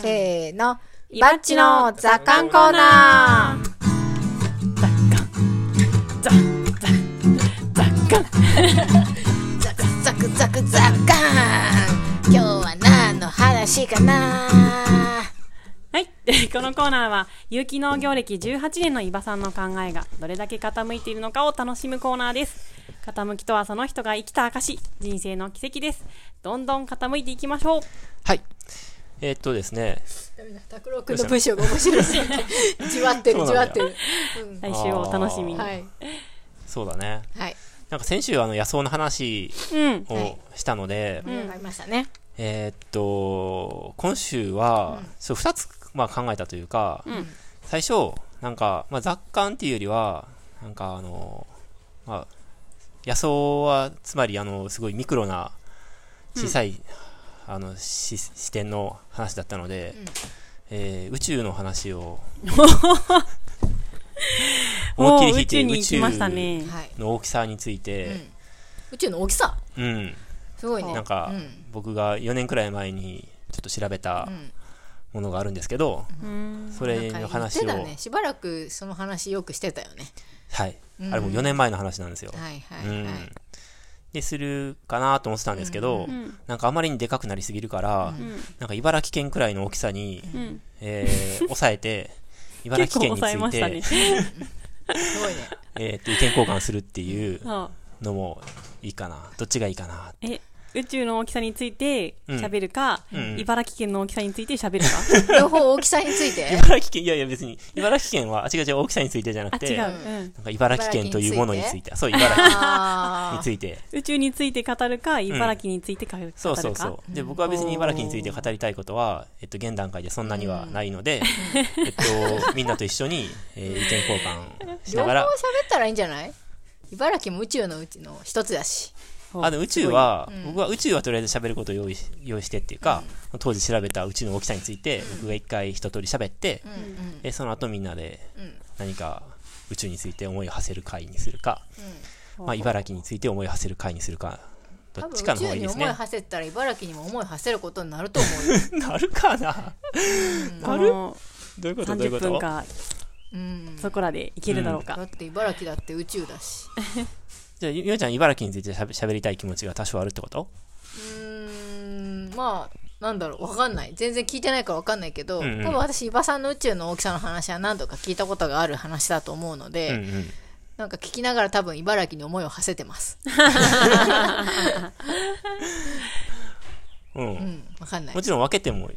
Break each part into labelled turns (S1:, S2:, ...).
S1: せーの。
S2: イ
S1: バッチの雑感コーナー
S2: 雑感雑雑雑感
S1: ザクザクザクザクン今日は何の話かな
S2: はい。 このコーナーは、有機農業歴18年の伊庭さんの考えが、どれだけ傾いているのかを楽しむコーナーです。傾きとはその人が生きた証、人生の奇跡です。どんどん傾いていきましょう。
S3: はい。えーっとですね、
S1: 拓郎君の文章が面白いですね。じわってる、じわってる。うん
S2: 来週をお楽しみに。
S1: はい。
S3: そうだね。
S1: はい。
S3: なんか先週、あの、野草の話
S2: うん。
S3: をしたので、
S1: 盛り上がりましたね。
S3: えーっと、今週は、そう、二つ、まあ考えたというか、
S2: ん
S3: 最初、なんか、まあ雑感っていうよりは、なんかあの、まあ、野草は、つまり、あの、すごいミクロな、小さい、あの、し視点の話だったので、えー宇宙の 話を、思いっきり
S2: おー
S3: 引
S2: 宇
S3: いて
S2: 宙に行きましたね。
S1: はい。
S3: の大きさについて、
S1: 宇宙の大きさ。
S3: うん、
S1: すごいね。
S3: なんか、
S1: うん
S3: 僕が4年くらい前にちょっと調べた
S1: ん
S3: ものがあるんですけど、
S2: うん。
S3: それの話を、
S1: なんか言ってたね。しばらくその話よくしてたよね。
S3: はい、あれも4年前の話なんですよ。
S1: はいは
S3: う
S1: い
S3: ん
S1: はい。
S3: でするかなと思ってたんですけど、
S2: ん
S3: なんかあまりにでかくなりすぎるから、
S2: ん
S3: なんか茨城県くらいの大きさに、
S2: うん。
S3: えー抑えて、茨
S2: 結
S3: 城
S2: 構
S3: 県につ
S2: 抑え
S3: い
S2: ました
S3: て
S2: ね。、
S1: すごいね。
S3: えーっと意見交換するっていう
S2: そう
S3: のもいいかな、どっちがいいかな。
S2: え、宇宙の大きさについて喋るか、
S3: うん
S2: 茨城県の大きさについて 喋るか。
S1: 両方大きさについて。
S3: 茨城県、いやいや別に、茨城県は、あ、違う違う、大きさについてじゃな
S2: あ、
S3: くて、
S2: 違
S3: な
S2: うんうん。
S3: か茨城県というものについて、そう、茨城
S1: あ
S3: について。
S2: 宇宙について語るか、茨城について語るか。
S3: そうそうそう。で、僕は別に茨城について語りたいことは、えっと、現段階でそんなにはないので、えっと、みんなと一緒に、えー意見交換
S1: ー
S3: し
S1: 両
S3: な
S1: 方
S3: が
S1: 喋
S3: ら、
S1: ったらいいんじゃない茨城も宇宙のうちの一つだし。
S3: あの、宇宙は、僕は宇宙はとりあえず喋ることを用意し用意してっていうか、当時調べた宇宙の大きさについて、僕が一回一通り喋って、で、その後みんなで何か宇宙について思いを馳せる会にするか、まあ、茨城について思いを馳せる会にするか、ど
S1: 多
S3: っ
S1: 分
S3: ちか
S1: 宇
S3: の方
S1: 宙
S3: がいい
S1: に
S3: です
S1: 思い
S3: ね。
S1: 馳せたら茨城にも思い馳せることになると思うよ。
S3: なるかな
S2: こ
S3: なる
S2: の
S3: どういうことどういうこ
S2: 30分
S3: と
S2: か、
S1: うん。
S2: そこらでいけるだろうか。
S1: だって茨城だって宇宙だし。
S3: じゃあ、ゆゆうちゃん、茨城についてしゃべ喋りたい気持ちが多少あるってこと
S1: うーん、まあ。なんだろうわかんない全然聞いてないからわかんないけど、
S3: うんうん
S1: 多分私伊庭さんの宇宙の大きさの話は何度か聞いたことがある話だと思うので、
S3: うんうん。
S1: なんか聞きながら多分茨城に思いを馳せてます。
S3: うん。
S1: うん、わかんない
S3: も。ちろん分けても、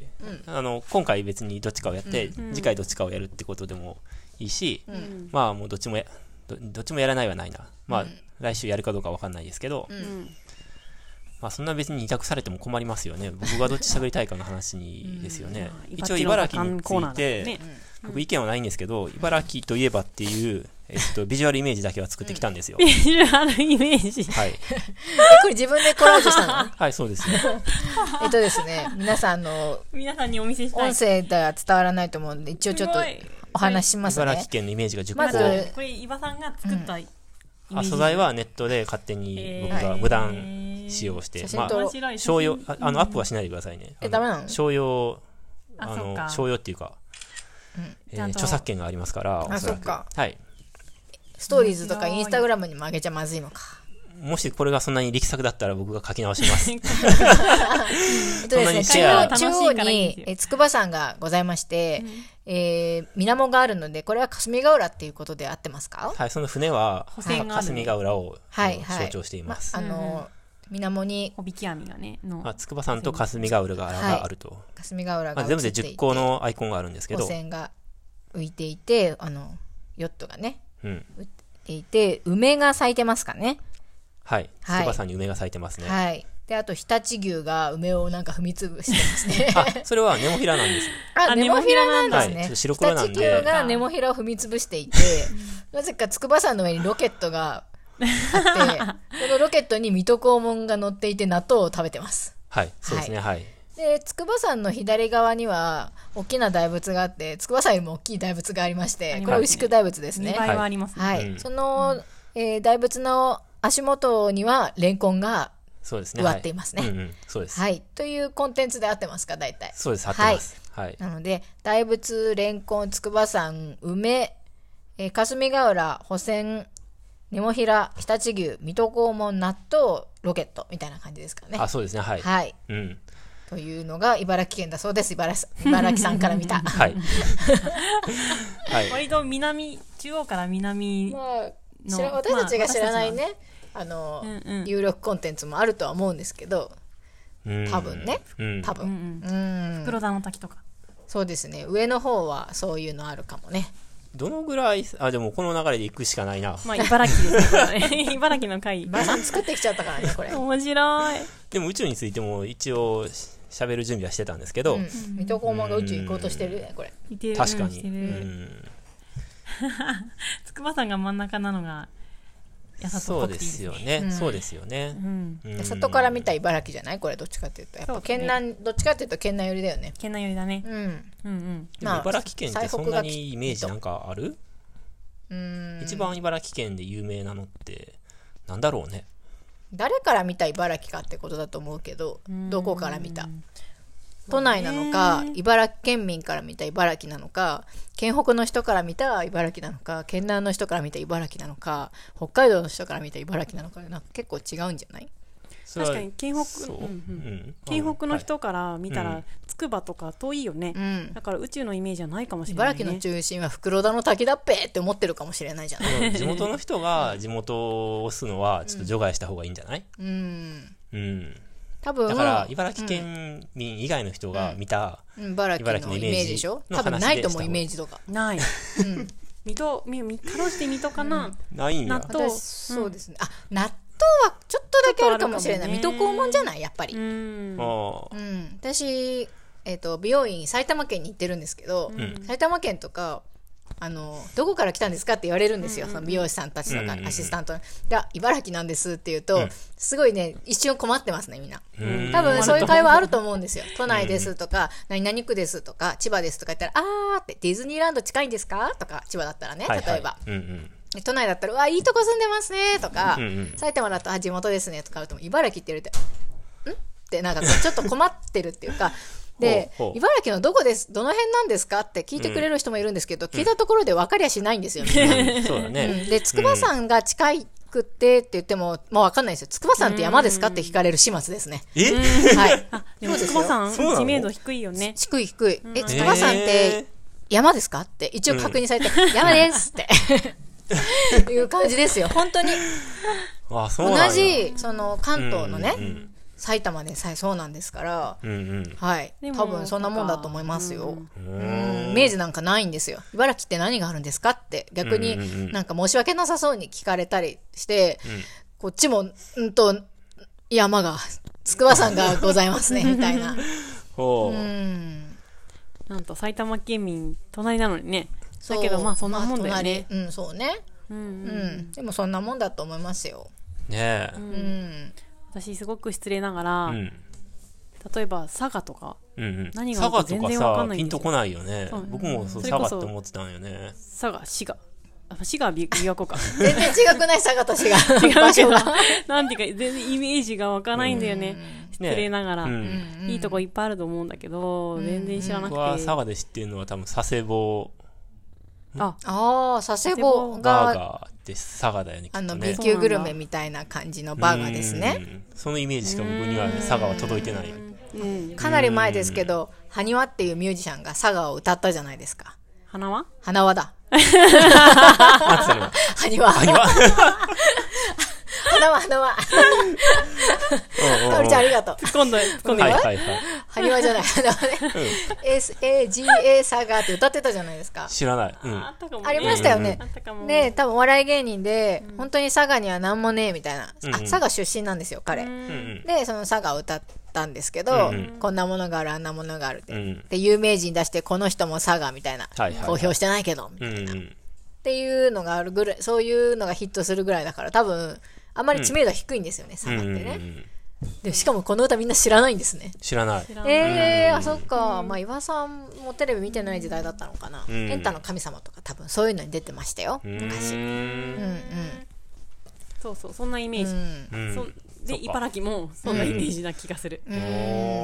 S3: あの、今回別にどっちかをやって、次回どっちかをやるってことでもいいし、まあ、もうどっちもや、どどっちもやらないはないな。まあ、来週やるかどうか分かんないですけど、
S2: うん
S3: まあ、そんな別に委託されても困りますよね。僕がどっち喋りたいかの話にですよね。
S2: うん
S3: 一応、茨城につ
S2: コーナ
S3: い
S2: ーです
S3: て、僕意見はないんですけど、茨城といえばっていう、えっと、ビジュアルイメージだけは作ってきたんですよ。
S2: ビジュアルイメージ。
S3: はい。
S1: えこれ自分でコラージュした の
S3: はい、そうです。
S1: えっとですね、皆さんあの、
S2: 皆さんにお見せしたい。
S1: 音声では伝わらないと思うんで、一応ちょっと
S2: すごい
S1: お話しします
S3: 茨
S1: ね
S3: 城。県のイメージが10個。
S1: まず
S2: はいこれ、伊庭さんが作ったイメー
S3: あ
S2: ジ。
S3: 素材はネットで勝手に僕が無断使用して、
S1: えー
S3: ま
S1: 写真
S3: あ
S1: 撮、
S2: 面白い。
S3: 商用、ああの、アップはしないでくださいね。
S1: え
S3: あの
S1: ダメなの
S3: 商用、
S2: あ
S3: あ
S2: そっ
S3: の、
S2: か
S3: 商用っていうか、え
S2: ちゃ
S3: ー
S2: んと
S3: 著作権がありますから、おそら
S1: そっ
S3: く。
S1: か
S3: はい。
S1: ストーリーズとかインスタグラムにも上げちゃまずいのか。
S3: もしこれがそんなに力作だったら僕が書き直し ます。
S1: えっとですね、中央
S3: そんなに
S2: シ
S1: 中
S2: ェア
S1: 央
S2: 楽しいからいいんです
S1: に
S2: よ
S1: え筑波山がございまして、えー、水面があるので、これは霞ヶ浦っていうことで合ってますか
S3: はい、その船は、
S2: 補選がある
S3: 霞ヶ浦をあ
S1: はい
S3: の
S1: はい。
S3: 象徴しています。
S1: あの、水面に
S2: 小引き網がね、の。
S3: まあ、筑波山と霞ヶ浦が
S1: はい
S3: あると。
S1: 霞ヶ浦
S3: ま
S1: が
S3: あ、
S1: 映
S3: 全部
S1: っ
S3: で
S1: ていて、
S3: 10個のアイコンがあるんですけ
S1: 汚
S3: ど、
S1: 染が浮いていて、あの、ヨットがね、
S3: うん。
S1: 打っていて、梅が咲いてますかね。
S3: はい。
S1: はい
S3: 筑波山に梅が咲いてますね。
S1: はい。で、あと、日立牛が梅をなんか踏みつぶしてますね。
S3: あ、それはネモフィラなんです。
S1: あ、ネモフィラなんで
S3: は
S1: す
S3: い。ち
S1: ね。
S3: ょっと
S1: 日
S3: 白
S1: 立
S3: 黒なん
S1: 牛
S3: で、
S1: がネモフィラを踏みつぶしていて、 なぜか筑波山の上にロケットがあ って、そのロケットに水戸黄門が乗っていて納豆を食べてます。
S3: はい。そうですね、はい
S1: で、筑波山の左側には、大きな大仏があって、筑波山よりも大きい大仏がありまし
S2: あ
S1: て、
S2: り
S1: こ
S2: ますね
S1: れは牛久大仏です
S2: 見栄
S1: ね
S2: え。はありますね。
S1: はい、
S3: うん
S1: その、えー大仏の足元にはレンコンが
S3: そうですね。
S1: 植わっていますね。
S3: は
S1: はいい、
S3: うんうん、そうです。
S1: というコンテンツで合ってますか、大体。
S3: そうです、合ってます。はい。
S1: なので、大仏、レンコン、筑波山、梅、えー霞ヶ浦、保線、ネモヒラ、常陸牛、水戸黄門、納豆、ロケットみたいな感じですかね。
S3: あ、そうですね、はい。
S1: はい。
S3: うん。
S1: というのが茨城県だそうです。茨城さん茨城さんから見た。
S3: はい。はい。
S2: 割と南、中央から南、
S1: まあ、知
S2: の
S1: ら私たちが知らないね、あの、
S2: うんうん
S1: 有力コンテンツもあるとは思うんですけど、
S3: うん
S1: 多分ね。
S3: うん。
S1: 多
S2: うん
S1: 分。
S2: うん
S1: うん。
S2: 黒田の滝とか。
S1: そうですね。上の方はそういうのあるかもね。
S3: どのぐらい、あ、でもこの流れで行くしかないな。
S2: まあ、茨城ですね。 茨城の会。
S1: バラさん作ってきちゃったからね、これ。うん
S2: 面白い。
S3: でも宇宙についても一応し喋る準備はしてたんですけど、
S1: 水戸黄門が宇宙行こうとしてるね、これ。
S2: 似てる。
S3: 確か
S2: う
S3: に。
S2: ん
S3: う
S2: 似てる
S3: ん。
S2: 筑波山が真ん中なのが、やさと
S3: そ
S2: っ
S3: う
S2: ぽく
S3: で
S2: ていい
S3: すよ。ね。そうですよね
S2: う。ん。
S3: うん
S1: 里から見た茨城じゃないこれどっちかっていうと。やっ
S2: そ
S1: ぱ
S2: うですね
S1: 県南、どっちかっていうと県南寄りだよね。
S2: 県内寄りだね。
S1: うん。
S2: うんうん。
S3: でも茨城県ってそんなにイメージなんかある、
S1: うん。
S3: 一番茨城県で有名なのってなんだろうね
S1: 誰から見た茨城かってことだと思うけど、どこから見た都内なのか、茨城県民から見た茨城なのか、県北の人から見た茨城なのか、県南の人から見た茨城なのか、北海道の人から見た茨城なのか、なんか結構違うんじゃない
S3: それは
S2: 確かに、県北、
S3: そう、
S2: うんうん
S3: ん
S2: 県北の人から見た
S3: はいう
S2: ら、筑波とか遠いよね
S1: う。ん
S2: だ。から宇宙のイメージはないかもしれない、
S1: 茨
S2: ね。
S1: 城の中心は袋田の滝だっぺって思ってるかもしれないじゃない
S3: はい地元の人 が地元を押すのはちょっと除外した方がいいんじゃない、
S1: うん。
S3: うん、
S1: 多分、
S3: だから茨城県民以外の人が見た、
S1: うん茨城
S3: 茨城
S1: のイ
S3: のイ
S1: メー
S3: メージ
S1: ジでしょ
S3: の
S1: 多
S3: 話で
S1: 分ないと思
S3: した
S1: う、
S3: 方が
S1: イメージとか。
S2: ない。水戸、み、み、かろうじて水戸かな。
S3: ないん
S2: 納
S3: だ
S2: 豆
S1: 私、そうですね。あ、納豆はちょっとだけあるかもしれない。
S2: ちょっ
S1: 水
S2: とあ
S1: 戸
S2: るかもね
S1: 黄門じゃないやっぱり
S2: う。ん。
S3: ああ
S1: うん、私、えっと美容院埼玉県に行ってるんですけど、埼玉県とかあの「どこから来たんですか?」って言われるんですよ、その美容師さんたちと
S3: うん
S1: か
S3: うんうん
S1: アシスタントに「であ茨城なんです」って言うと、
S3: うん
S1: すごいね一瞬困ってますねみんな。
S3: うん
S1: 多分そういう会話あると思うんですよ。都内ですとか、何々区ですとか、千葉ですとか言ったら、あーって、ディズニーランド近いんですかとか、千葉だったらね、例えば。
S3: はいはいうん
S1: で都内だったら、うわ、いいとこ住んでますね、とか、
S3: うんうん
S1: 埼玉だと、あ、地元ですね、とかあると、茨城って言われて、んって、なんか こう、ちょっと困ってるっていうか、で
S3: ほうほ、う
S1: 茨城のどこです、どの辺なんですかって聞いてくれる人もいるんですけど、聞いたところで分かりゃしないんですよ、みんな
S3: うん、そうだね、
S1: で、筑波山が近いくってって言っても、もう分かんないですよ。筑波山って山ですかって聞かれる始末ですね。
S3: え、
S1: はい。
S2: あ、でも
S1: そうですよ
S2: 筑波山、
S3: そうなの
S2: 知名度低いよね。
S1: 低い低い。え、筑
S3: え
S1: 波山って山ですかって一応確認され て、山ですっていう感じですよ。本当に。
S3: ーあそう
S1: 同
S3: なんや
S1: じ、その関東のね、
S3: うん
S1: 埼玉でさえそうなんですから、
S3: うんうん
S1: はい
S2: で。も
S1: 多分そんなもんだと思いますよ。
S3: うん
S1: うん、明治なんかないんですよ。茨城って何があるんですかって、逆
S3: うんうんうん
S1: になんか申し訳なさそうに聞かれたりして、こっちも、うんと、山が、筑波山がございますね、みたい な。
S3: ほ
S1: う
S3: う、
S1: ん。
S2: なんと埼玉県民、隣なのにね。
S1: そ
S2: だ
S1: う
S2: けど、まあそんなもんだよね。。
S1: まあ隣うん、そうね。
S2: うん
S1: う
S2: うん
S1: ん。でもそんなもんだと思いますよ。
S3: ねえ
S1: うん。
S2: 私すごく失礼ながら、
S3: うん
S2: 例えば佐賀とか、
S3: うんうん、
S2: 何が
S3: 佐賀
S2: 全
S3: とか
S2: 然わか
S3: さ
S2: んない
S3: ピ
S2: ん
S3: ン
S2: ですよ
S3: とこないよね
S2: そう
S3: 僕もそう
S2: それ
S3: 佐
S2: こそ
S3: 賀って思ってたんよね
S2: 佐賀、滋賀。あ滋賀はび琵 琶湖か。
S1: 全然違くない、佐賀と 違う。場所 が。
S2: なんていうか、全然イメージがわからないんだよね。失礼ながら、
S3: うん、
S2: いいとこいっぱいあると思うんだけど、全然知らなく
S3: 僕
S2: て。
S3: は佐賀で知ってるのは多分佐世保
S2: あ、
S1: ああ、佐世保
S3: バ
S1: が、
S3: ーガーって佐賀だよねき
S1: あ
S3: っと
S1: の、
S3: ね
S1: B 級グルメみたいな感じのバーガーです
S3: う
S1: ね。
S3: んそのイメージしか僕には佐賀は届いてない
S2: うん。
S1: かなり前ですけど、ハニワっていうミュージシャンが佐賀を歌ったじゃないですか。
S2: 花 は
S1: 花輪だ。ハニワ。花 輪、花輪。かおりちゃんありがとう。
S2: 突っ込んで、突っ込んで。
S3: はいはいはい
S1: 埴輪じゃない、埴輪ね。SAGA サガーって歌ってたじゃないですか。
S3: 知らない、うん、
S2: あったかもね。
S1: ありましたよね
S2: あったかも。
S1: で、多分お笑い芸人で、本当に佐賀には何もねえみたいな。
S3: うん
S1: あ、佐賀出身なんですよ、彼。
S2: うん
S3: うん
S1: で、その佐賀を歌ったんですけど、
S3: うん
S1: こんなものがある、あんなものがあるって。
S3: うん
S1: で、有名人出して、この人も佐賀みたいな。
S3: はいはいはい
S1: 公表してないけど、
S3: うんうんうん
S1: っていうのがあるぐらい、そういうのがヒットするぐらいだから、多分、あんまり知名度は低いんですよね、佐賀って
S3: うんう
S1: ね。
S3: ん
S1: で、しかもこの歌みんな知らないんですね。
S3: 知らない
S2: 知らん
S1: えー、あそっか、まあ岩さんもテレビ見てない時代だったのかな、
S3: ん
S1: エンタの神様とか多分そういうのに出てましたよ、
S3: う
S1: 昔うん
S3: ん
S1: うん
S2: そうそう、そんなイメージ。
S1: うん
S3: うん
S2: そ
S3: そ
S2: で
S3: っか
S2: 茨城もそんなイメージな気がする、
S1: う
S3: お
S1: ん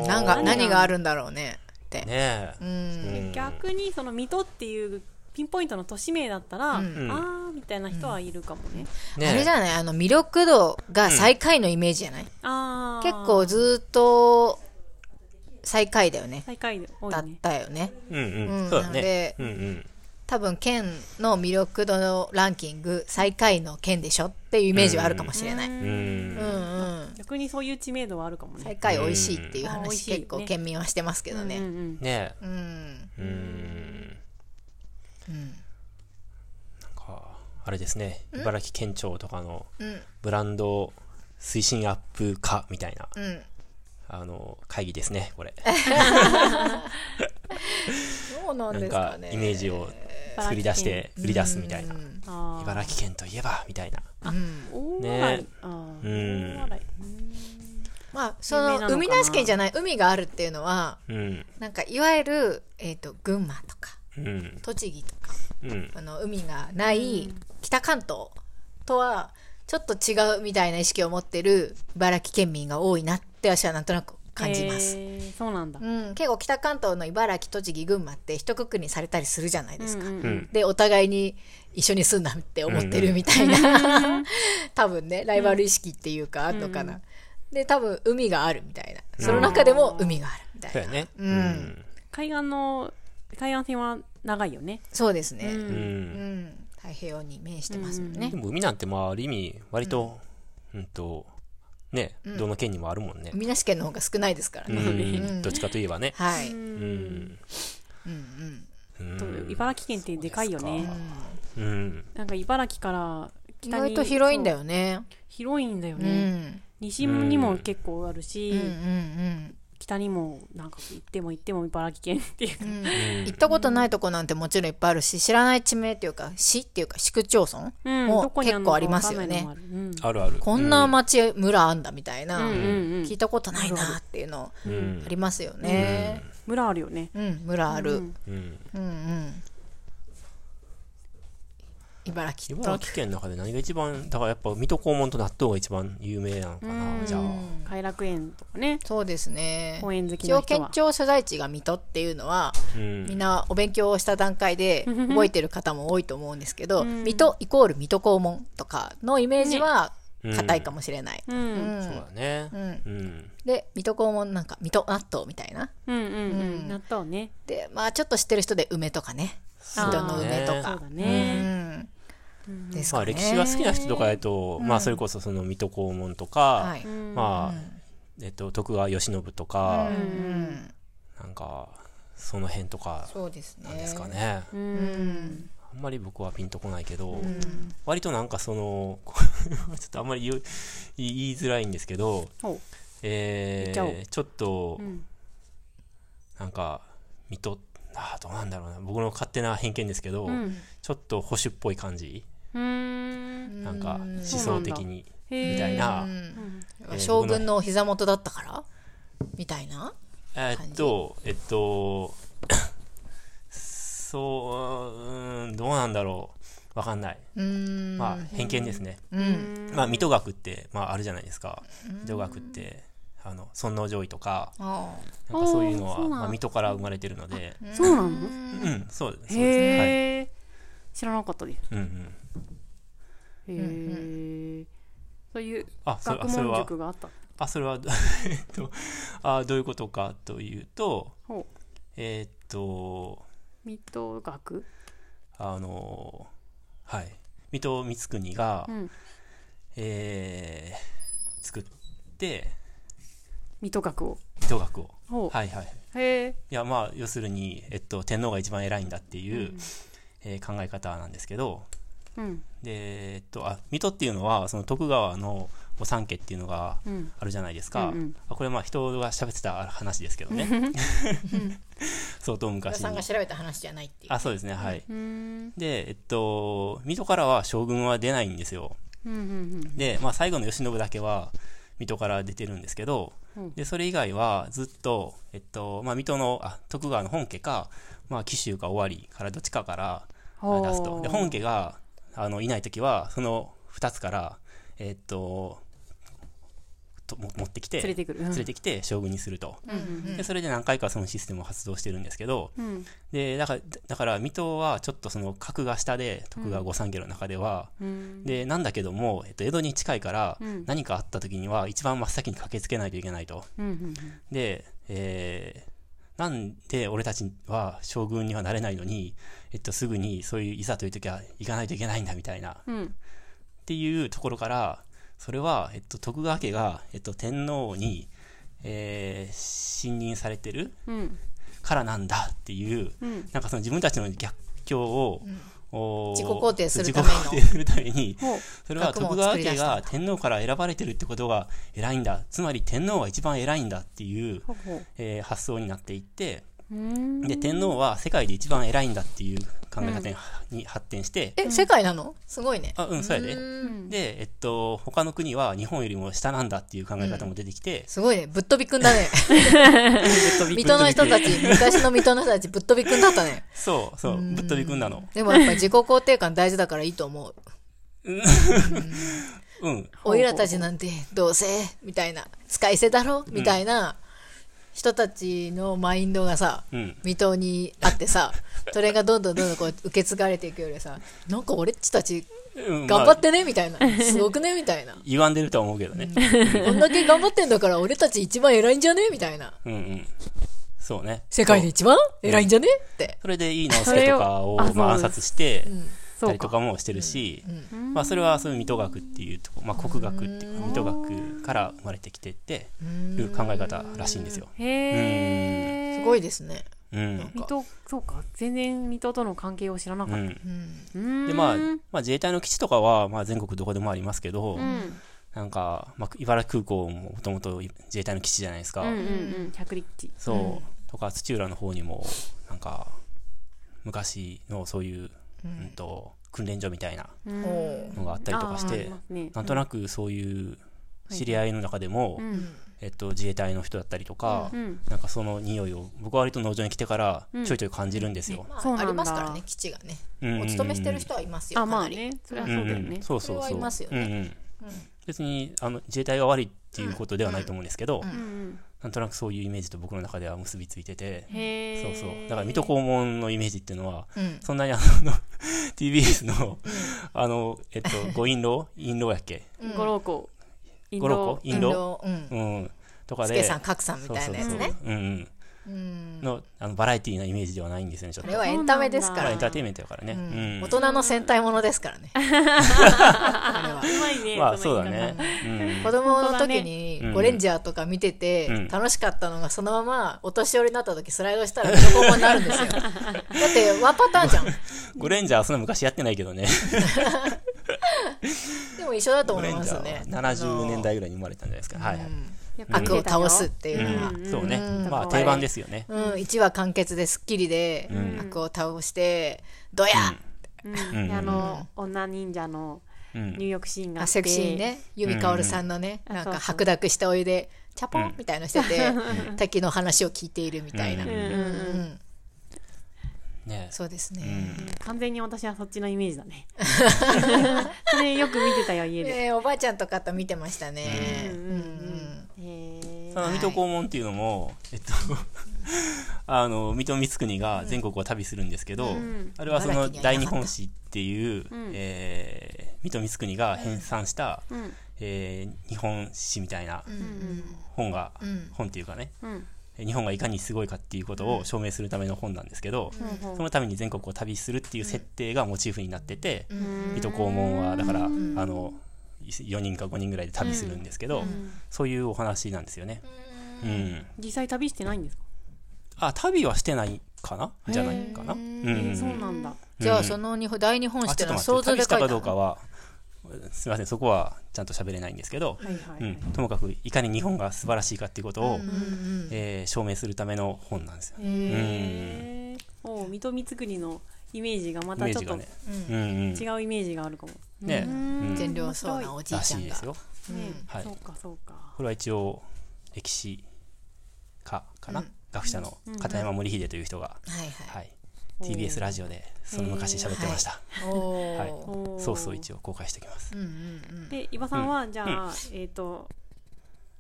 S3: ー
S1: なんか何があるんだろうねって、
S3: ね
S1: う
S3: え、
S1: ん
S3: うん
S2: 逆にその水戸っていうピンポイントの都市名だったら、
S1: うん
S2: あーみたいな人はいるかもね、
S3: ね
S1: あれじゃないあの魅力度が最下位のイメージじゃない、
S2: ああ
S1: 結構ずーっと最下位だよね
S2: 最下位多
S1: だ
S2: い
S1: っ
S2: ね
S1: たよね
S3: うん
S1: う
S3: うんん、そう
S1: な
S3: だ
S1: ので
S3: ね。うんうん。
S1: 多分県の魅力度のランキング最下位の県でしょっていうイメージはあるかもしれない、うん
S3: う。
S1: うんん
S2: 逆にそういう知名度はあるかもね
S1: 最下位美味しいっていう
S2: うんあ美味
S1: 話
S2: しいね
S1: 結構県民はしてますけど
S2: うんう
S1: ね
S2: ん
S3: ね
S1: うん、
S3: え。うん。
S1: うん
S3: なんか、あれですね。茨城県庁とかの
S1: うん
S3: ブランド推進アップ化みたいな、
S1: うん
S3: あの、会議ですね、これ。
S1: そうな
S3: なんか、イメージを作り出して、売り出すみたいな。
S2: あー
S3: 茨城県といえば、みたいな。
S1: うん
S2: 大
S3: ね
S2: 洗あー
S3: うん
S2: 大洗
S1: まあそ
S2: 有名なの
S1: の
S2: かな
S1: 海なし県じゃない海があるっていうのは
S3: うん。
S1: なんかいわゆる、えー、と群馬とか
S3: うん。
S1: 栃木とか
S3: うん。
S1: あの海がない北関東とはちょっと違うみたいな意識を持ってる茨城県民が多いなって私はなんとなく感じます。
S2: へーそうなんだ
S1: うん、結構北関東の茨城栃木群馬って一括りにされたりするじゃないですか、
S2: うんうん
S3: うん。
S1: でお互いに一緒に住んだって思ってるみたいな、多分ねライバル意識っていうかあんのかな、で多分海があるみたいなその中でも海があるみたい
S3: そう
S1: な、
S3: やね。
S1: うん
S2: 海岸の海岸線は長いよね
S1: そうですね、
S3: うん。う
S1: うん
S3: ん。
S1: 太平洋に面してますもんね
S3: で、も海なんて、まあ、ある意味、割と、うんと、ね、どの県にもあるもんね。
S1: 海なし県の方が少ないですから
S3: う
S1: ね、
S3: ん。どっちかといえばね。
S1: はい、う
S2: うん
S3: うんん。
S1: うん
S3: うん。
S2: 茨城県ってでかいよね
S3: うん。
S2: なんか茨城から
S1: 意
S2: 北に
S1: 外と広いんだ
S2: よ
S1: よね
S2: 広いんだよ
S1: う
S2: ね
S1: ん
S2: 西にも結構あるし
S1: うんうん
S2: 北にもなんか行っても行っても茨城県っていうか
S1: うん行ったことないとこなんてもちろんいっぱいあるし知らない地名っていうか市っていうか市区町村
S2: うん
S1: もう
S2: どこにるの
S1: 結
S2: か
S1: 構ありますよね
S2: わかんないのもある
S3: あるある。
S1: こんな町村あんだみたいな、
S2: うんうんうんうん
S1: 聞いたことないなっていうの
S3: うん
S1: ありますよね
S2: 村あるよね
S1: うん、村ある、
S2: うん
S3: うん
S1: うんうん茨城と
S3: 茨城県の中で何が一番だからやっぱ水戸黄門と納豆が一番有名なのかなじゃあ
S2: 偕楽園とかね
S1: そうですね
S2: 公園好き
S1: 一
S2: な
S1: 応
S2: 人
S1: 県
S2: は
S1: 庁所在地が水戸っていうのは、
S3: うん
S1: みんなお勉強をした段階で覚えてる方も多いと思うんですけど、水戸イコール水戸黄門とかのイメージは硬いかもしれない、
S2: う
S1: うん
S2: ん
S3: そうだねうん
S1: で水戸黄門なんか水戸納豆みたいな
S2: うんうんうん納豆ね
S1: でまあちょっと知ってる人で梅とかね水戸の梅と
S2: そう
S1: か
S2: だ
S1: う
S2: ね
S1: んです
S3: ま
S1: か
S3: あ
S1: ね
S3: 歴史が好きな人とかだとまあそれこそその水戸黄門と
S1: は
S3: か
S1: い
S3: まあえっと徳川慶喜とかなんかその辺とか
S1: そうですね
S3: なんですかね
S1: うん
S3: あんまり僕はピンとこないけど割となんかその ちょっとあんまり言う言いづらいんですけど
S2: ほ
S3: え
S2: 言っちゃおう
S3: ーちょっと
S2: ううん
S3: なんか水戸あーどうなんだろうな僕の勝手な偏見ですけど、
S2: うん
S3: ちょっと保守っぽい感じ、
S2: うーん
S3: なんか思想的に
S2: へー
S3: みたいなえー
S1: 将軍のお膝元だったからみたいな
S3: えーっとえっと そううーんどうなんだろうわかんない、
S1: うん
S3: まあ、偏見ですね、
S1: うん
S3: まあ、水戸学って、まあ、あるじゃないですか水戸学ってあの尊王攘夷とか
S1: あ
S3: なんかそういうの
S2: あーそ
S3: は、
S2: うなん
S3: まあ、水戸から生まれてるので、
S2: そうなの
S3: うん、そうそうですね、はい
S2: へえ知らなかったです
S3: うんうん、
S2: へえそういう
S3: あそれ
S2: 学
S3: あそれ
S2: 問
S3: は
S2: 塾があった
S3: あそれは えっとあどういうことかというと
S2: ほう
S3: えーっと
S2: 水戸学
S3: あのはい水戸光圀が、
S2: うん
S3: えー作って
S2: 水戸学を
S3: 水戸学を
S2: ほ
S3: はいはいいう
S2: へえ
S3: やまあ要するに、えっと、天皇が一番偉いんだっていう、えー考え方なんですけど
S2: うん
S3: でえっとあ水戸っていうのはその徳川の御三家っていうのが
S2: うん
S3: あるじゃないですか、
S2: うんうん
S3: あこれまあ人が喋ってた話ですけどね 相当
S1: あ
S3: 昔に
S1: さんが調べた話じゃないっていう
S3: あそうですねはい、
S2: うーん
S3: でえっと水戸からは将軍は出ないんですよ
S2: うんうん
S3: で、まあ、最後の慶喜だけは水戸から出てるんですけど、
S2: うん
S3: でそれ以外はずっと、えっとまあ、水戸のあ徳川の本家か、まあ、紀州か尾張からどっちかから
S2: ほう
S3: あ出すとで本家があのいない時はその2つから、えっととも持ってきて
S2: 連れてくるうん
S3: 連れてきて将軍にすると、でそれで何回かそのシステムを発動してるんですけど、
S2: うん
S3: でだからだから水戸はちょっとその格が下で徳川御三家の中では、
S2: うん
S3: でなんだけども、えっと、江戸に近いから、
S2: うん
S3: 何かあった時には一番真っ先に駆けつけないといけないと
S2: うんうん
S3: で、えーなんで俺たちは将軍にはなれないのに、えっと、すぐにそういういざという時は行かないといけないんだみたいな
S2: うんうん
S3: っていうところから、それは、えっと、徳川家が、えっと、天皇に、えー信任されてる
S2: うん
S3: からなんだっていう、
S2: うん
S3: なんかその自分たちの逆境を、おー
S1: 自己肯定するための
S3: 自己肯定するため に
S2: ほう
S3: それは徳川家が天皇から選ばれてるってことが偉いんだつまり天皇は一番偉いんだっていう、
S2: ほうほ
S3: えー発想になっていって
S2: ううん
S3: で天皇は世界で一番偉いんだっていう考え方に,、に発展して
S1: え、世界なのすごいね。
S3: あうんそうやで
S1: ん
S3: で、えっと、他の国は日本よりも下なんだっていう考え方も出てきて、
S1: すごいね。ぶっ飛びくんだね。水戸の人たち、昔の水戸の人たちぶっ飛びくんだったね。
S3: そうそう、ぶっ飛び組んだの。
S1: でもやっぱ自己肯定感大事だからいいと思う。
S3: うん。
S1: おいらたちなんてどうせ、みたいな。使い捨てだろみたいな人たちのマインドがさ、
S3: うん
S1: 水戸にあってさ、それがどんどんどんどんこう受け継がれていくよりさ、なんか俺っちたち
S3: うん
S1: 頑張っ
S3: まあ
S1: てねみたいな。すごくねみたいな。
S3: 言わんでるとは思うけどね。
S1: こんだけ頑張ってんだから俺たち一番偉いんじゃねみたいな。
S3: うんうん。そうね。
S1: 世界で
S3: そう
S1: 一番偉いんじゃねって。
S3: それでいい直助とかを
S2: それをあそう
S3: まあ暗殺して、
S2: そ
S3: た
S2: う
S3: り
S2: か
S3: とかもしてるし、まあそれはそういう水戸学っていうとこ、まあ国学っていうか、水戸学から生まれてきてっていう考え方らしいんですよ。
S2: へえ
S1: すご
S2: い
S1: いですね。
S3: うん。
S2: 水戸そうか全然水戸との関係を知らな
S3: う
S2: かっ
S3: ん。
S2: たうん
S3: でまあ、まあ自衛隊の基地とかは、まあ全国どこでもありますけど、
S2: うん
S3: なんか、まあ、茨城空港ももともと自衛隊の基地じゃないですか、
S2: うんうんうん百力地
S3: そう、とか土浦の方にもなんか昔のそういう、うん、と訓練所みたいな
S1: おー
S3: のがあったりとかし
S2: あーあ
S3: て
S2: り、ますね
S3: なんとなくそういう知り合いの中でも、えっと、自衛隊の人だったりとか、
S2: うん
S3: なんかその匂いを僕は割と農場に来てからちょいちょい感じるんですよ。
S1: ま
S2: そうなん
S1: あ、
S2: だ
S1: ありますからね、基地がね。
S3: うん
S1: お勤めしてる人はいますよ、
S2: あ
S1: か
S2: ま
S1: な
S2: あ
S1: り。
S2: ねそれは
S3: うん
S2: そうだよね
S3: ん、そうそう
S1: そ
S3: そう
S1: れはいますよ
S3: うんうん別にあの自衛隊が悪いっていうことではないと思うんですけど、
S2: うん
S3: なんとなくそういうイメージと僕の中では結びついてて、
S2: うんへえ
S3: そうそう。だから、水戸黄門のイメージっていうのは、
S1: うん
S3: そんなにあの、TBS の、あの、えっと、ご印籠印籠やっけ
S2: 五郎湖イン
S3: 五郎
S2: ド
S3: 湖印
S1: 運
S3: 籠
S1: 動うん。
S3: うん。とか
S1: ス
S3: で。
S1: ケさん、カクさんみ
S3: そう
S1: たい
S3: そう
S1: なやつ
S3: そう
S1: ね。。
S3: うんうん。の、あの、バラエティーなイメージではないんですよね、ちょっ
S1: あ
S3: と。
S1: れ
S3: ま
S1: はエンタメですか
S2: そう
S1: ら
S2: な
S3: あ、エ
S2: ん
S3: ン
S2: だ
S3: ターテインメントやからね。
S1: 大
S3: う
S1: 人の戦隊ものです からね。
S2: うまいね
S3: ん。まあ、そうだ
S2: の言い
S3: ね
S2: 方。
S3: うん。
S1: 子供の時に
S3: うん
S1: ゴレンジャーとか見て
S3: う
S1: て
S3: ん
S1: 楽しかったのがそのままお年寄りになった時スライドしたら水戸黄門になるん ですよ。だってワンパターンじゃん。
S3: ゴレンジャーはそんな昔やってないけどね。
S1: でも一緒だと
S3: ゴ
S1: 思
S3: レ
S1: い
S3: ン
S1: ま
S3: ジャ
S1: す
S3: ーは
S1: ね。
S3: 70年代ぐらいに生まれたんじゃないですか。はいはい。
S2: やっぱ見
S1: 悪
S2: て
S1: を
S2: た
S1: 倒
S2: よ
S1: すっていうのは。
S3: うん。そうね
S2: うん。
S3: まあ、定番ですよね。
S1: うん、1話完結でスッキリで
S3: ん
S1: 悪を倒して、ドヤ
S2: うんであの女忍者の
S3: うん。
S2: 入浴シーンが
S1: あ
S2: あって
S1: セクシーね由美かおるさんのね、
S2: うん
S1: なんか
S2: あそうそう
S1: 白濁したお湯でチャポ
S3: う
S1: ン
S3: ん
S1: みたいのしてて、滝の話を聞いているみたいな、
S3: う
S1: うんん
S2: うんうんうん
S3: ね
S1: そうですね、
S2: 完全に私はそっちのイメージ だねそれよく見てたよ家で
S1: えーおばあちゃんとかと見てましたね、うん
S2: へえ
S3: その水戸黄門っていうのも、えっと、 あの、水戸光圀が全国を旅するんですけど、
S2: ん
S3: あれはそ
S1: 茨
S3: の
S1: 城にはいなかった
S3: 大日本史っていう、えー水戸光圀が編纂した、
S2: うん
S3: えー日本史みたいな本が、本っていうかね、
S2: うん
S3: えー日本がいかにすごいかっていうことを証明するための本なんですけど、
S2: うん
S3: そのために全国を旅するっていう設定がモチーフになってて、水戸黄門はだから、あの4人か5人ぐらいで旅するんですけど、そういうお話なんですよね。うん
S2: 実際旅してないんですか
S3: あ、旅はしてないかなじゃないかな。うん。
S2: そうなんだ
S1: じゃあその日本大日本史
S3: あ、
S1: って
S3: ちょ
S1: いう
S3: っ
S1: の
S3: と
S1: は想像
S3: 待って、旅
S1: で
S3: した
S1: 書い
S3: か
S1: た
S3: どうか
S1: の
S3: は、すみません、そこはちゃんと喋れないんですけど、
S2: はいは
S3: う
S2: い
S3: ん、ともかくいかに日本が素晴らしいかっていうことを、えー証明するための本なんですよ。
S2: へえおう水戸光圀のイメージがま
S3: イ
S2: た
S3: メー
S2: ちょっ
S3: ジが
S2: と
S3: ね。うんうん。
S2: 違うイメージがあるかも
S3: ね、うん
S1: 善良そうなおじい
S3: ら
S1: ちゃ
S3: しい
S1: ん
S3: で
S1: が
S3: すよ。
S2: ね
S3: はい
S2: そうかそうか
S3: これは一応、歴史家かな、学者の片山森秀という人が、
S1: はい
S3: はい、TBS ラジオでその昔喋ってました。
S1: はいおー、
S3: はい
S2: おー
S3: ソースを一応公開しておきます。
S1: うんうんうん
S2: で伊庭さんはじゃあえっと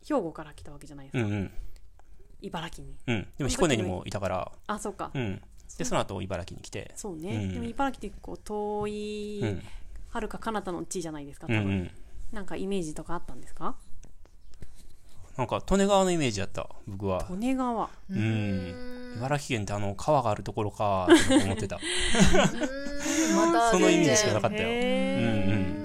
S2: 兵庫から来たわけじゃないです
S3: う
S2: か、
S3: んうん
S2: 茨城に
S3: うんでも彦根にもいたから
S2: あそうか、
S3: うんでその後茨城に来て
S2: そうね、
S3: うん
S2: でも茨城ってこう遠い、
S3: うん
S2: はるか彼方の地じゃないですか
S3: う
S2: 多
S3: んう
S2: 分、
S3: ん
S2: なんかイメージとかあったんですか
S3: なんか利根川のイメージだった僕は
S2: 利根川
S3: うん茨城県ってあの川があるところかーって思 ってた
S1: また
S3: その意
S1: 全然
S3: 味でしかなかったよ
S2: へー
S3: うん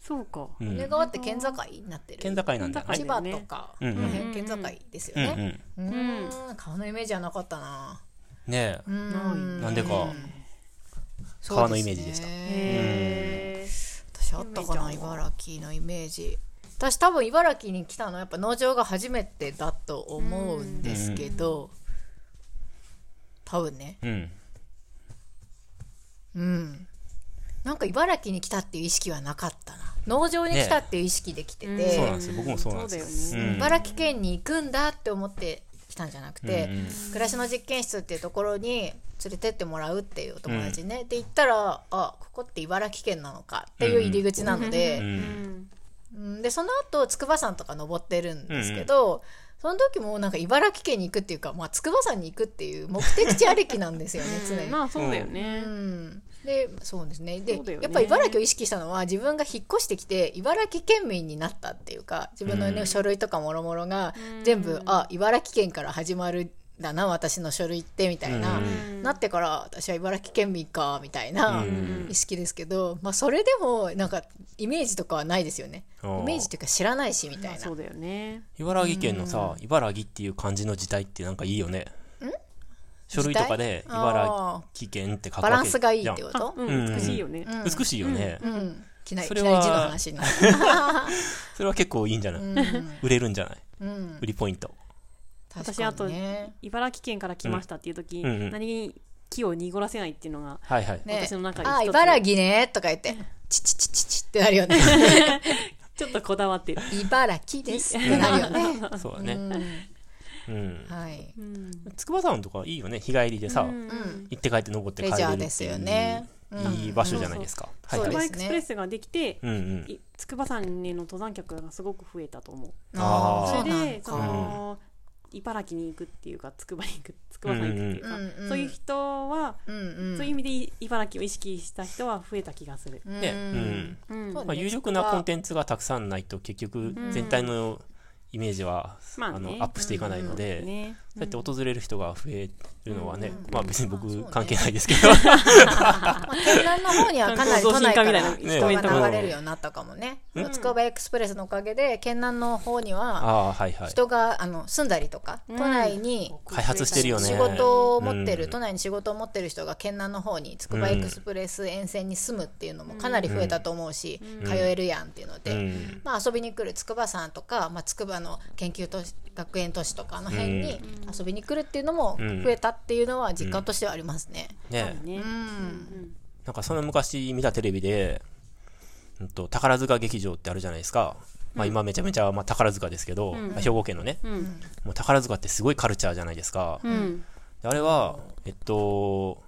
S2: そうか、
S3: う
S1: 利
S3: ん
S1: 根川って県境になってる
S3: 県境なんだよ
S1: 千
S3: ね
S1: 葉とか、
S3: うんうん
S1: この辺県境ですよ
S3: うんう
S1: ね。
S3: ん
S1: うん、ん川のイメージはなかったな。
S3: ねえ
S1: うん
S2: ない
S3: なんでか
S1: そう
S3: 川の
S1: ですね
S3: イメージでした
S2: へー
S1: 私あったかな茨城のイメージ私多分茨城に来たのはやっぱ農場が初めてだと思うんですけど、多分ね
S3: うん
S1: うんなんか茨城に来たっていう意識はなかったな農場に来たっていう意識で来てて、
S2: ね
S3: そうなんですよ僕もそうなんです
S2: そう
S3: よ
S2: だよ
S3: うん
S1: 茨城県に行くんだって思って来たんじゃなくて、
S3: うんうん
S1: 暮らしの実験室っていうところに連れてってもらうっていうお友達ね、で行ったらあここって茨城県なのかっていう入り口なので、
S3: うん
S2: うん
S1: うんでその後筑波山とか登ってるんですけど、その時もなんか茨城県に行くっていうか、まあ、筑波山に行くっていう目的地ありきなんですよね常に。
S2: まあそうだよね、
S1: うんでそうですねで
S2: そうだよね
S1: やっぱ茨城を意識したのは自分が引っ越してきて茨城県民になったっていうか自分の、ね
S3: うん
S1: 書類とかもろもろが全部、あ茨城県から始まるんだな私の書類ってみたいな、
S3: うん
S1: なってから私は茨城県民かみたいな
S3: うん
S1: 意識ですけど、まあ、それでもなんかイメージとかはないですよね
S3: あー
S1: イメージっていうか知らないしみた
S2: まあ
S1: いな
S2: そうだよね
S3: 茨城県のさ茨城っていう漢字の字体ってなんかいいよね書類とかで
S1: 字体
S3: 茨城県って書くわけ
S1: バランスがいいって
S3: じゃん
S1: こと、
S2: う
S3: うん
S2: ん美しいよね、
S1: うん
S3: 美しいよね
S1: うん、きないき
S3: そ
S1: な
S3: れ
S1: り
S3: は
S1: 字の話になる、
S3: それは結構いいんじゃない
S1: うん
S3: 売れるんじゃない
S1: うん、
S3: 売りポイント
S1: 確かにね
S2: 茨城県から来ましたっていう時、
S3: うんうん
S2: 何気に木を濁らせないっていうのが
S3: はいはい
S1: ね
S2: 私の中に一つ
S1: あ茨城ねとか言ってチチチチチってなるよ ね
S2: ちょっとこだわってる、
S1: 茨城ですってなるよね、
S3: そうだ
S1: う
S3: ね
S1: ん、
S3: うん
S1: はい、
S2: うん
S3: 筑波山とかいいよね日帰りでさ
S1: うん、
S3: 行って帰って登って帰
S1: レ
S3: れる
S1: ジャ
S3: っ
S1: ー
S3: て
S1: です
S3: い
S1: よ
S3: う
S1: ねうん
S3: いい場所じゃないですかはい
S1: そう
S3: は
S2: 筑
S1: です
S2: 波エク
S3: い
S2: スプレスができて、
S3: うんうん
S2: い筑波山への登山客がすごく増えたと思う
S3: あー
S2: それでそ
S1: そうなんか
S2: の、茨城に行くっていうか筑波に行く筑波山に行くっていうか、
S1: うんうん
S2: そういう人は、
S1: うんうん
S2: そういう意味でい茨城を意識した人は増えた気がする、
S1: うん
S3: ねうん
S2: うん
S1: そう
S3: まあ、有力なコンテンツがたくさんないと結局全体のイメージは、
S2: まあね
S3: あのアップしていかないので、
S2: ね
S3: そうやって訪れる人が増えるのはね、まあ別に
S1: まあそう
S3: 僕
S1: ね
S3: 関係ないですけ ど、
S1: まあ県南の方にはかなり都内から人が流れるようになったかもね
S3: ね
S1: つくばエクスプレスのおかげで県南の方には
S3: ああはいはい
S1: 人があの住んだりとか
S2: う
S1: 都
S2: ん
S1: 内に
S3: 開発してるよね
S1: 仕事を持ってる、
S3: うん
S1: 都内に仕事を持ってる人が県南の方につくばエクスプレス沿線に住むっていうのもかなり増えたと思うし、通えるやんっていうので、
S3: うん
S1: まあ、遊びに来る筑波山とか、まあ、筑波の研究都市学園都市とかあの辺に遊びに来るっていうのも
S3: うん
S1: 増えたっていうのは実感としてはありますね。
S3: ね
S2: ね、
S1: うん
S3: なんかその昔見たテレビで、うん、と宝塚劇場ってあるじゃないですか、まあ、今めちゃめちゃ、まあ、宝塚ですけど、まあ兵庫県のね、
S2: ん
S3: もう宝塚ってすごいカルチャーじゃないですか、
S2: うん
S3: であれはえっと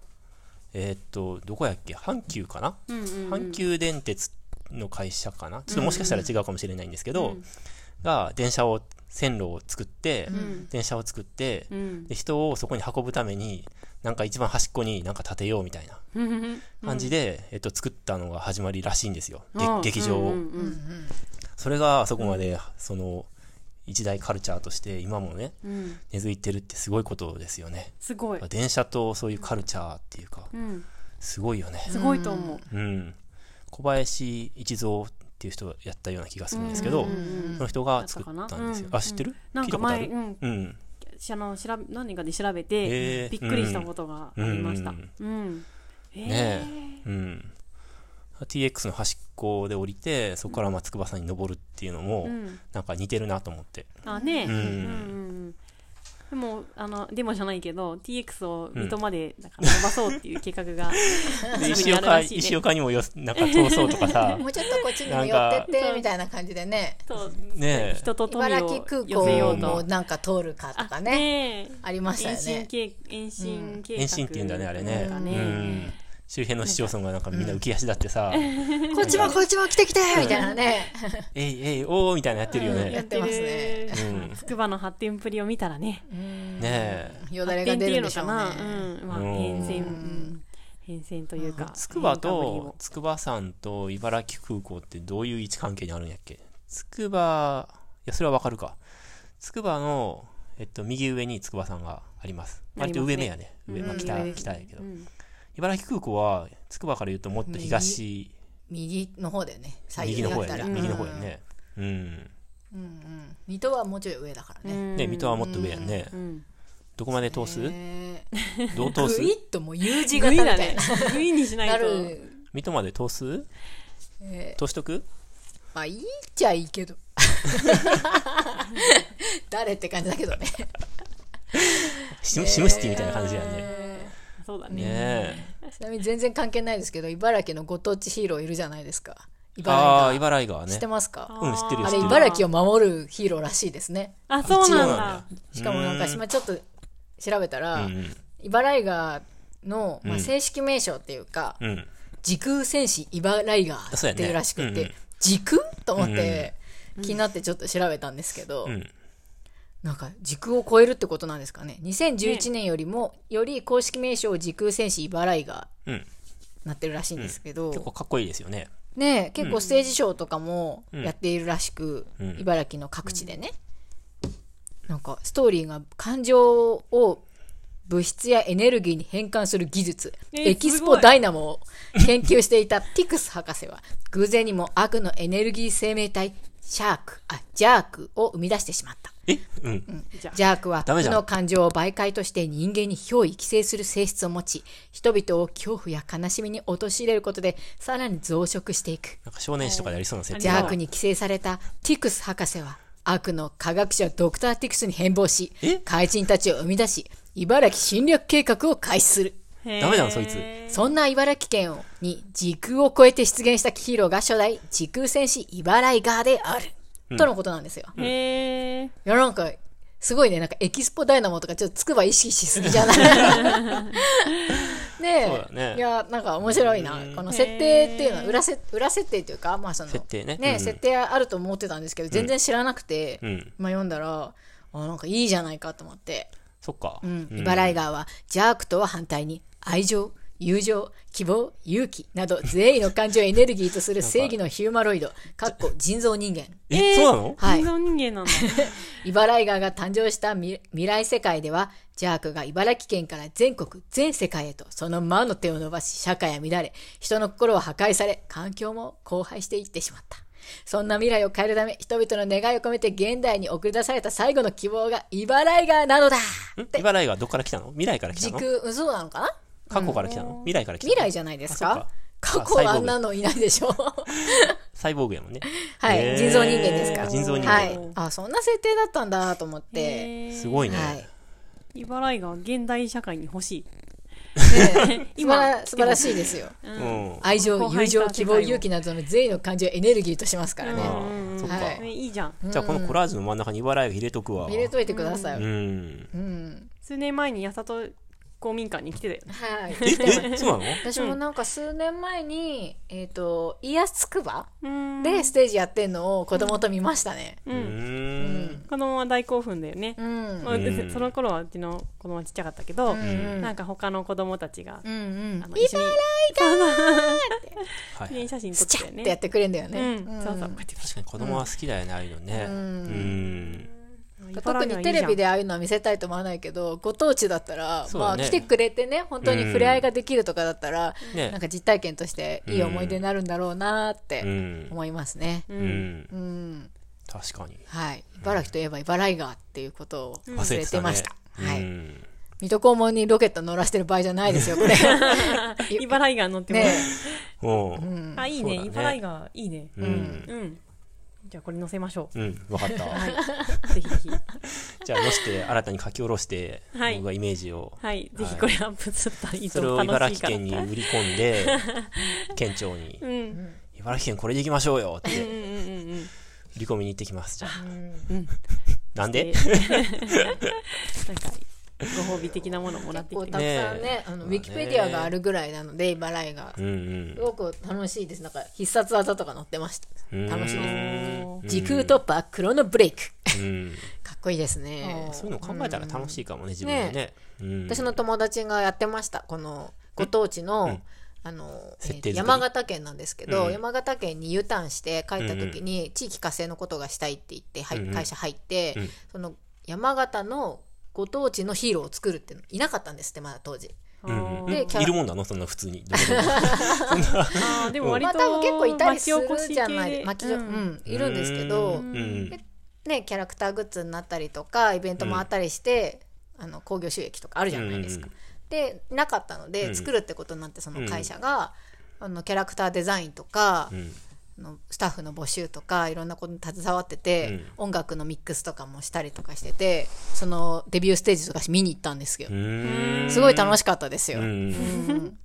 S3: えっとどこやっけ阪急かな、
S2: うんうん
S3: 阪急電鉄の会社かなちょっともしかしたら違うかもしれないんですけど、が電車を線路を作って、電車を作って、
S2: うん
S3: で人をそこに運ぶためになんか一番端っこになんか建てようみたいな
S2: うん
S3: 感じで、えっと、作ったのが始まりらしいんですよ、げ
S2: うん
S3: 劇場を、
S2: うんうんうん
S3: それがあそこまで、その一大カルチャーとして今もね
S2: うん
S3: 根付いてるってすごいことですよね
S2: すごい、
S3: 電車とそういうカルチャーっていうか
S2: うん、
S3: すごいよね
S2: すごいと思う、
S3: うん、小林一三っていう人がやったような気がするんですけど、その人が作ったんですよ。
S2: だったかな
S3: あ、知ってる、
S2: なんか
S3: 聞
S2: 前
S3: いた
S2: う
S3: こ
S2: ん
S3: とあるうん。
S2: しあのしら何かで調べて、
S3: へー
S2: びっくりしたことがありました。う
S3: うんん。
S2: へー
S3: ねえ。うん。TX の端っこで降りて、そこからまあ筑波山に登るっていうのも、
S2: うん
S3: なんか似てるなと思って。
S2: あねえ。うん
S3: ん
S2: うんでもあのでもじゃないけど TX を水戸までだから伸ばそうっていう計画が
S3: で
S2: すぐ
S3: 石
S2: にあるら
S3: 岡、
S2: しいね
S3: 石岡にもよなんか通そうとかさ
S1: も、うちょっとこっちにも寄ってってみたいな感じでね
S2: そう
S3: ねえ。
S2: 人と富
S1: 茨
S2: を
S1: 城空
S2: 寄せよ
S1: 港
S2: う
S1: も
S2: と
S1: なんか通るかとかね
S2: ねえ
S1: ありましたよ
S2: 延伸
S1: ね。
S2: 計延伸計画
S3: 延伸って言うんだね、あれね。
S2: な
S3: うん
S2: か
S3: ん。周辺の市町村がなんかみんな浮き足だってさ、
S1: こっちもこっちも来て来てみたいなね。
S3: えいえい、おーみたいなやってるよ
S1: やっ
S3: ね。
S1: てますね。
S3: うん
S2: つくばの発展ぶりを見たらね、
S3: ねえ。
S1: よだ
S2: 発
S1: れ
S2: 展
S1: が
S2: っ
S1: 出
S2: て
S1: る
S2: いうんの
S1: でしょ
S2: か
S1: う
S2: な、
S1: ね。
S2: うんまあ、
S3: うん
S2: 変遷、うん変遷というか、
S3: つくば
S2: 変化ぶり
S3: と
S2: を、
S3: つくば山と茨城空港ってどういう位置関係にあるんやっけつくば、いや、それはわかるか。つくばの、えっと、右上につくば山があります。
S2: ありますね
S3: 割と上目やね。上、まあ、
S2: うん
S3: 北、
S2: 上
S3: 北やけど
S2: う。ん
S3: 茨城空港は、つくばから言うともっと東、
S1: 右の方だよね。左右
S3: 右の
S1: だ
S3: 方
S1: った
S3: や
S1: ら。
S3: ね。右の方やね。うん。
S1: うんうん。水戸はもうちょい上だからね。
S3: ね、水戸はもっと上やね
S2: う。ん
S3: どこまで通す
S1: ねえ
S3: どう通す
S1: ぐいっともう U 字型
S2: グイ
S1: みた
S2: だ
S1: い
S2: ね
S1: な。
S2: グイにしないと
S1: なる。
S3: 水戸まで通す
S1: え
S3: 通しとく
S1: ーまあいいっちゃいいけど。 誰って感じだけどね。
S3: シムシムシティみたいな感じやね。
S2: そうだね
S3: ねえ。
S1: ちなみに全然関係ないですけど、茨城のご当地ヒーローいるじゃないですか。
S3: ああー、
S1: 茨城
S3: 茨城川
S1: が。知
S3: ね
S1: って。ますか
S3: うん、知ってる、知
S1: あ
S3: っ
S1: れ、
S3: てる。
S1: 茨城を守るヒーローらしいですね。
S2: あそうなんだ
S1: しかもなんか、
S3: うん
S1: 今ちょっと調べたら、
S3: うん
S1: 茨城川の、ま
S3: う
S1: あ、
S3: ん
S1: 正式名称っていうか、
S3: うんうん
S1: 時空戦士茨城川っていうらしく
S3: そう
S1: て、
S3: やねうんうん
S1: 時空と思って、気になってちょっと調べたんですけど、
S3: うん
S1: なんか時空を超えるってことなんですかね。2011年よりも、より公式名称時空戦士茨城川
S3: うん
S1: なってるらしいんですけど、
S3: 結構かっこいいですよね
S1: ねえ結構ステージショーとかもやっているらしく、
S3: うん
S1: 茨城の各地でね、なんかストーリーが感情を物質やエネルギーに変換する技術、
S2: えー
S1: エキス
S2: すご
S1: ポ
S2: い
S1: ダイナモを研究していた ティクス博士は偶然にも悪のエネルギー生命体シャークあジャークを生み出してしまった
S3: えうん
S1: ジャークは
S3: ダメ
S1: 負
S3: じゃん
S1: の感情を媒介として人間に憑依寄生する性質を持ち人々を恐怖や悲しみに陥れることでさらに増殖していく
S3: なんか少年誌とかでありそうな設定
S1: ジャークに寄生されたティクス博士は悪の科学者ドクターティクスに変貌し
S3: え
S1: 怪人たちを生み出し茨城侵略計画を開始する
S2: へー
S3: ダメじゃんそいつ
S1: そんな茨城県をに時空を超えて出現したヒーローが初代時空戦士茨城ガーである、とのことなんですよい
S2: へえ
S1: やなんかすごいねなんかエキスポダイナモとかちょっとつくば意識しすぎじ ゃないねえ
S3: そうだね
S1: いやなんか面白いなこの設定っていうのは裏せ裏設定というかまあその
S3: 設定ねうん
S1: 設定あると思ってたんですけど全然知らなくて、
S3: うん
S1: まあ読んだらあなんかいいじゃないかと思って、
S3: そっか
S1: うん、茨城川は邪悪とは反対に愛情友情希望勇気など善意の感情をエネルギーとする正義のヒューマロイドかっこ人造人間
S3: えそうなの
S1: はい
S2: 人造人 間なんだ
S1: 茨城川が誕生した未未来世界では、ジャークが茨城県から全国、全世界へとその魔の手を伸ばし、社会は乱れ、人の心は破壊され、環境も荒廃していってしまった。そんな未来を変えるため、人々の願いを込めて現代に送り出された最後の希望が茨城川なのだ
S3: ん茨城川どっから来たの未来から来た
S1: 時
S3: の
S1: 空、うんそうなのかな
S3: 過去から来たの未来から来たの
S1: 未来じゃないですか
S3: あそっ
S1: 過
S3: か
S1: 去は
S3: あ
S1: あんなのいないでしょ
S3: サイボーグやもんね
S1: はい、
S3: へー
S1: 人造人間ですから。
S3: 人造人間
S1: はい。あ、そんな設定だったんだと思って。
S2: へー
S3: すごいね
S1: はい。
S2: 茨城が現代社会に欲しい
S1: ね え素晴
S2: 今
S1: ら素晴らしいですよ。
S3: うん
S1: 愛情、
S2: 後
S1: 友
S2: 輩と
S1: 情、希望、
S2: 世界を
S1: 勇気などの善意の感情をエネルギーとしますから
S3: あ
S1: ね。
S3: ーそっ
S1: は
S3: か
S1: い
S2: ねいいじゃん
S3: じゃあこのコラージュの真ん中に茨城入れとくわ
S1: 入れといてください。
S3: う
S1: うん
S3: ん
S2: 数年前に八里公民館に来てたよね
S1: はい。
S3: ええそうなの
S1: 私もなんか数年前に、えっ、と、イヤつくば
S2: うん
S1: でステージやってんのを子供と見ましたね。
S3: うーん
S2: 子供は大興奮だよね
S1: う、ん。
S2: まあ
S3: うん
S2: その頃はうちの子供はちっちゃかったけど、
S1: ん
S2: なんか他の子供たちが、
S1: うんうん
S2: あ。の
S1: い
S2: 一緒にそう
S3: は
S2: 記念
S3: い
S2: 写真撮
S1: スチ
S2: っ
S1: ャ
S2: てたよ
S1: っ
S2: ね
S1: てやってくれんだよね。
S2: うん
S1: うん
S2: そうそうこうやって
S3: 確かに子供は好きだよねああいうのねうん
S1: 特にテレビ
S2: で
S1: でああいうのは見せたいと思わないけどご当地だったら、
S3: そう
S1: ま
S3: だ
S1: あ、
S3: ね
S1: 来てくれてね本当に触れ合いができるとかだったら、
S3: うんね
S1: なんか実体験としていい思い出になるんだろうなーって
S3: うん
S1: 思いますね。
S3: う
S2: うん
S3: ん
S1: うん
S3: 確かに
S1: はい、茨城といえば茨城川っていうことを忘
S3: 忘れ
S1: れ
S3: て
S1: て
S3: た
S1: ま
S3: ね
S1: した。は
S3: う
S1: い、
S3: ん
S1: 水戸黄門にロケット乗らしてる場合じゃないですよ、 これ。
S2: 茨城が乗ってもらう、
S1: ね
S3: うん
S2: あいいね
S3: そうだね
S2: 茨城がいいね
S3: う
S2: うんん、じゃあこれ載せましょ
S3: うんわかった
S2: うぜひぜひ
S3: じゃあ、のして、新たに書き下ろして、
S2: はい
S3: 僕がイメージを。
S2: はいぜひこれアップすったらいい
S3: そ
S2: と
S3: れを
S2: 思う
S3: 茨
S2: 楽しい
S3: 城
S2: から
S3: 県に売り込んで、県庁に、
S2: うんうん
S3: 茨城県これで行きましょうよって、
S2: うんうんうん
S3: 売り込みに行ってきます、じゃあ。
S2: うん
S3: なんで
S2: えーなんかご褒美的なものもらって
S1: こ
S2: き
S1: う
S2: て
S1: たくさんね
S3: ね
S1: あの
S3: ま
S1: ウ
S3: あね
S1: ィキペディアがあるぐらいなので茨城が
S3: うん
S1: すごく楽しいですなんか必殺技とか載ってました
S3: うん
S1: 楽しいです
S2: おー
S1: 時空突破クロノブレイク
S3: うんうん
S1: かっこいいですね
S2: あー
S3: そういうの考えたら楽しいかもね自分でねうん
S1: 私の友達がやってましたこのご当地の、
S3: うん
S1: あのえ
S3: 設
S1: ー
S3: 定作り
S1: 山形県なんですけど、
S3: うん
S1: 山形県に U ターンして帰った時に、地域活性のことがしたいって言って、はい
S3: うんうん
S1: 会社入って、
S3: うん
S1: その山形のご当地のヒーローを作るっていうのいなかったんですってまだ当時
S3: うんうん
S1: でキャラ
S3: いるもんだのそんな普通にどこでも
S2: あーでも割
S1: まあ
S2: と
S1: 多分結構いたりするじゃな
S2: 町おこし系
S1: い
S2: で
S1: 巻きじょ、
S2: う
S1: うんん いるんですけど、
S3: うんうん
S1: ね、キャラクターグッズになったりとかイベントもあったりして、あの興行収益とかあるじゃないですか。
S3: うん
S1: でなかったので、
S3: うん
S1: 作るってことになってその会社が、あのキャラクターデザインとか、
S3: うん
S1: あのスタッフの募集とかいろんなことに携わってて、音楽のミックスとかもしたりとかしててそのデビューステージとか見に行ったんですけ
S3: う
S1: ど、
S3: ん
S1: すごい楽しかったですよ。
S3: う
S1: うん
S3: ん
S1: うん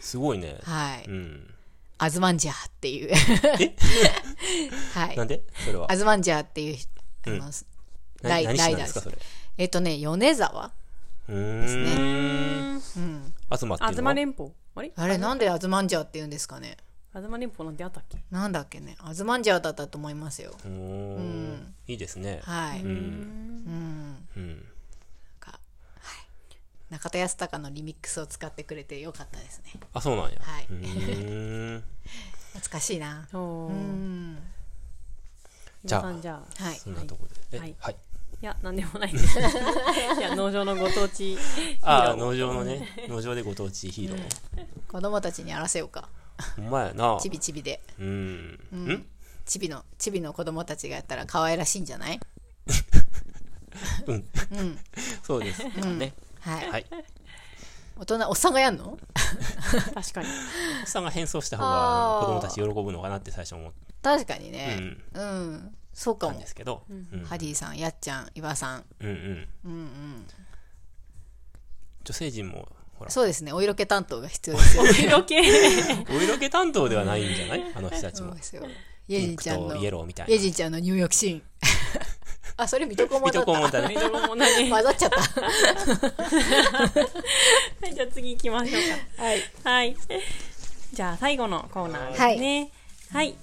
S3: すごいね
S1: はい、
S3: うん
S1: アズマンジャーっていう はい
S3: なんでそれは
S1: アズマンジャーっていうあの、
S3: うな
S1: ライ
S3: 何
S1: ラ
S3: 市
S1: イダー
S3: なんで
S1: です
S3: か
S1: す
S3: それ
S1: えっとね米沢
S3: うーん
S1: うん、
S3: 東っていうの
S2: 東連邦あれ
S1: あれなんでアズマンジャーって言うんですかね
S2: 東連邦なんてあったっけ
S1: なんだっけねアズマンジャーだったと思いますよ
S3: うーんいいですね
S1: はい、
S3: う
S1: うん
S3: んうん
S1: かはい、中田康隆のリミックスを使ってくれてよかったですね
S3: あそうなんや
S1: はいう
S3: ーん
S1: 懐かしいな
S2: そう
S1: うん
S3: じゃあ
S2: 皆さんじゃあ
S1: はい
S3: そんなところで
S2: はい
S3: えはい
S2: いやなんでもないですいや農場のご当地ヒー
S3: あ
S2: ロ
S3: あ
S2: ー
S3: 農場のね農場でご当地ヒーロー
S1: 子供たちにやらせようか
S3: ほんまやな
S1: ちびちびで
S3: うんうん
S1: ちびのちびの子供たちがやったら可愛らしいんじゃない
S3: そうですね
S1: はい、
S3: はい
S1: 大人おっさんがやんの
S2: 確かに
S3: おっさんが変装した方
S1: あー
S3: が子供たち喜ぶのかなって最初思っ
S1: 確かに
S3: た
S1: ね
S3: ん
S1: うん、そうか
S3: なん
S1: も
S3: ですけどうん
S1: ハリーさんやっちゃん岩さん
S3: うんうん
S1: うんうん
S3: 女性陣もほら
S1: そうですねお色気担当が必要ですよ
S2: お色気
S3: お色気担当ではないんじゃないあの人たち
S1: そう
S3: も
S1: ですよ。イェ
S3: ピ
S1: ジン
S3: ンク
S1: ちゃん
S3: と
S1: の、
S3: イエ
S1: イ
S3: ローみたいな
S1: ェジンちゃんの入浴シーン。 あ、それ水戸黄門
S3: 水
S1: だ
S3: 戸
S1: っ
S3: 黄門
S1: た。
S3: だね
S2: 水戸黄門だね
S1: 混ざっちゃった。
S2: はいじゃあ次行きましょうか
S1: はい。
S2: はい。じゃあ最後のコーナーですね。はい。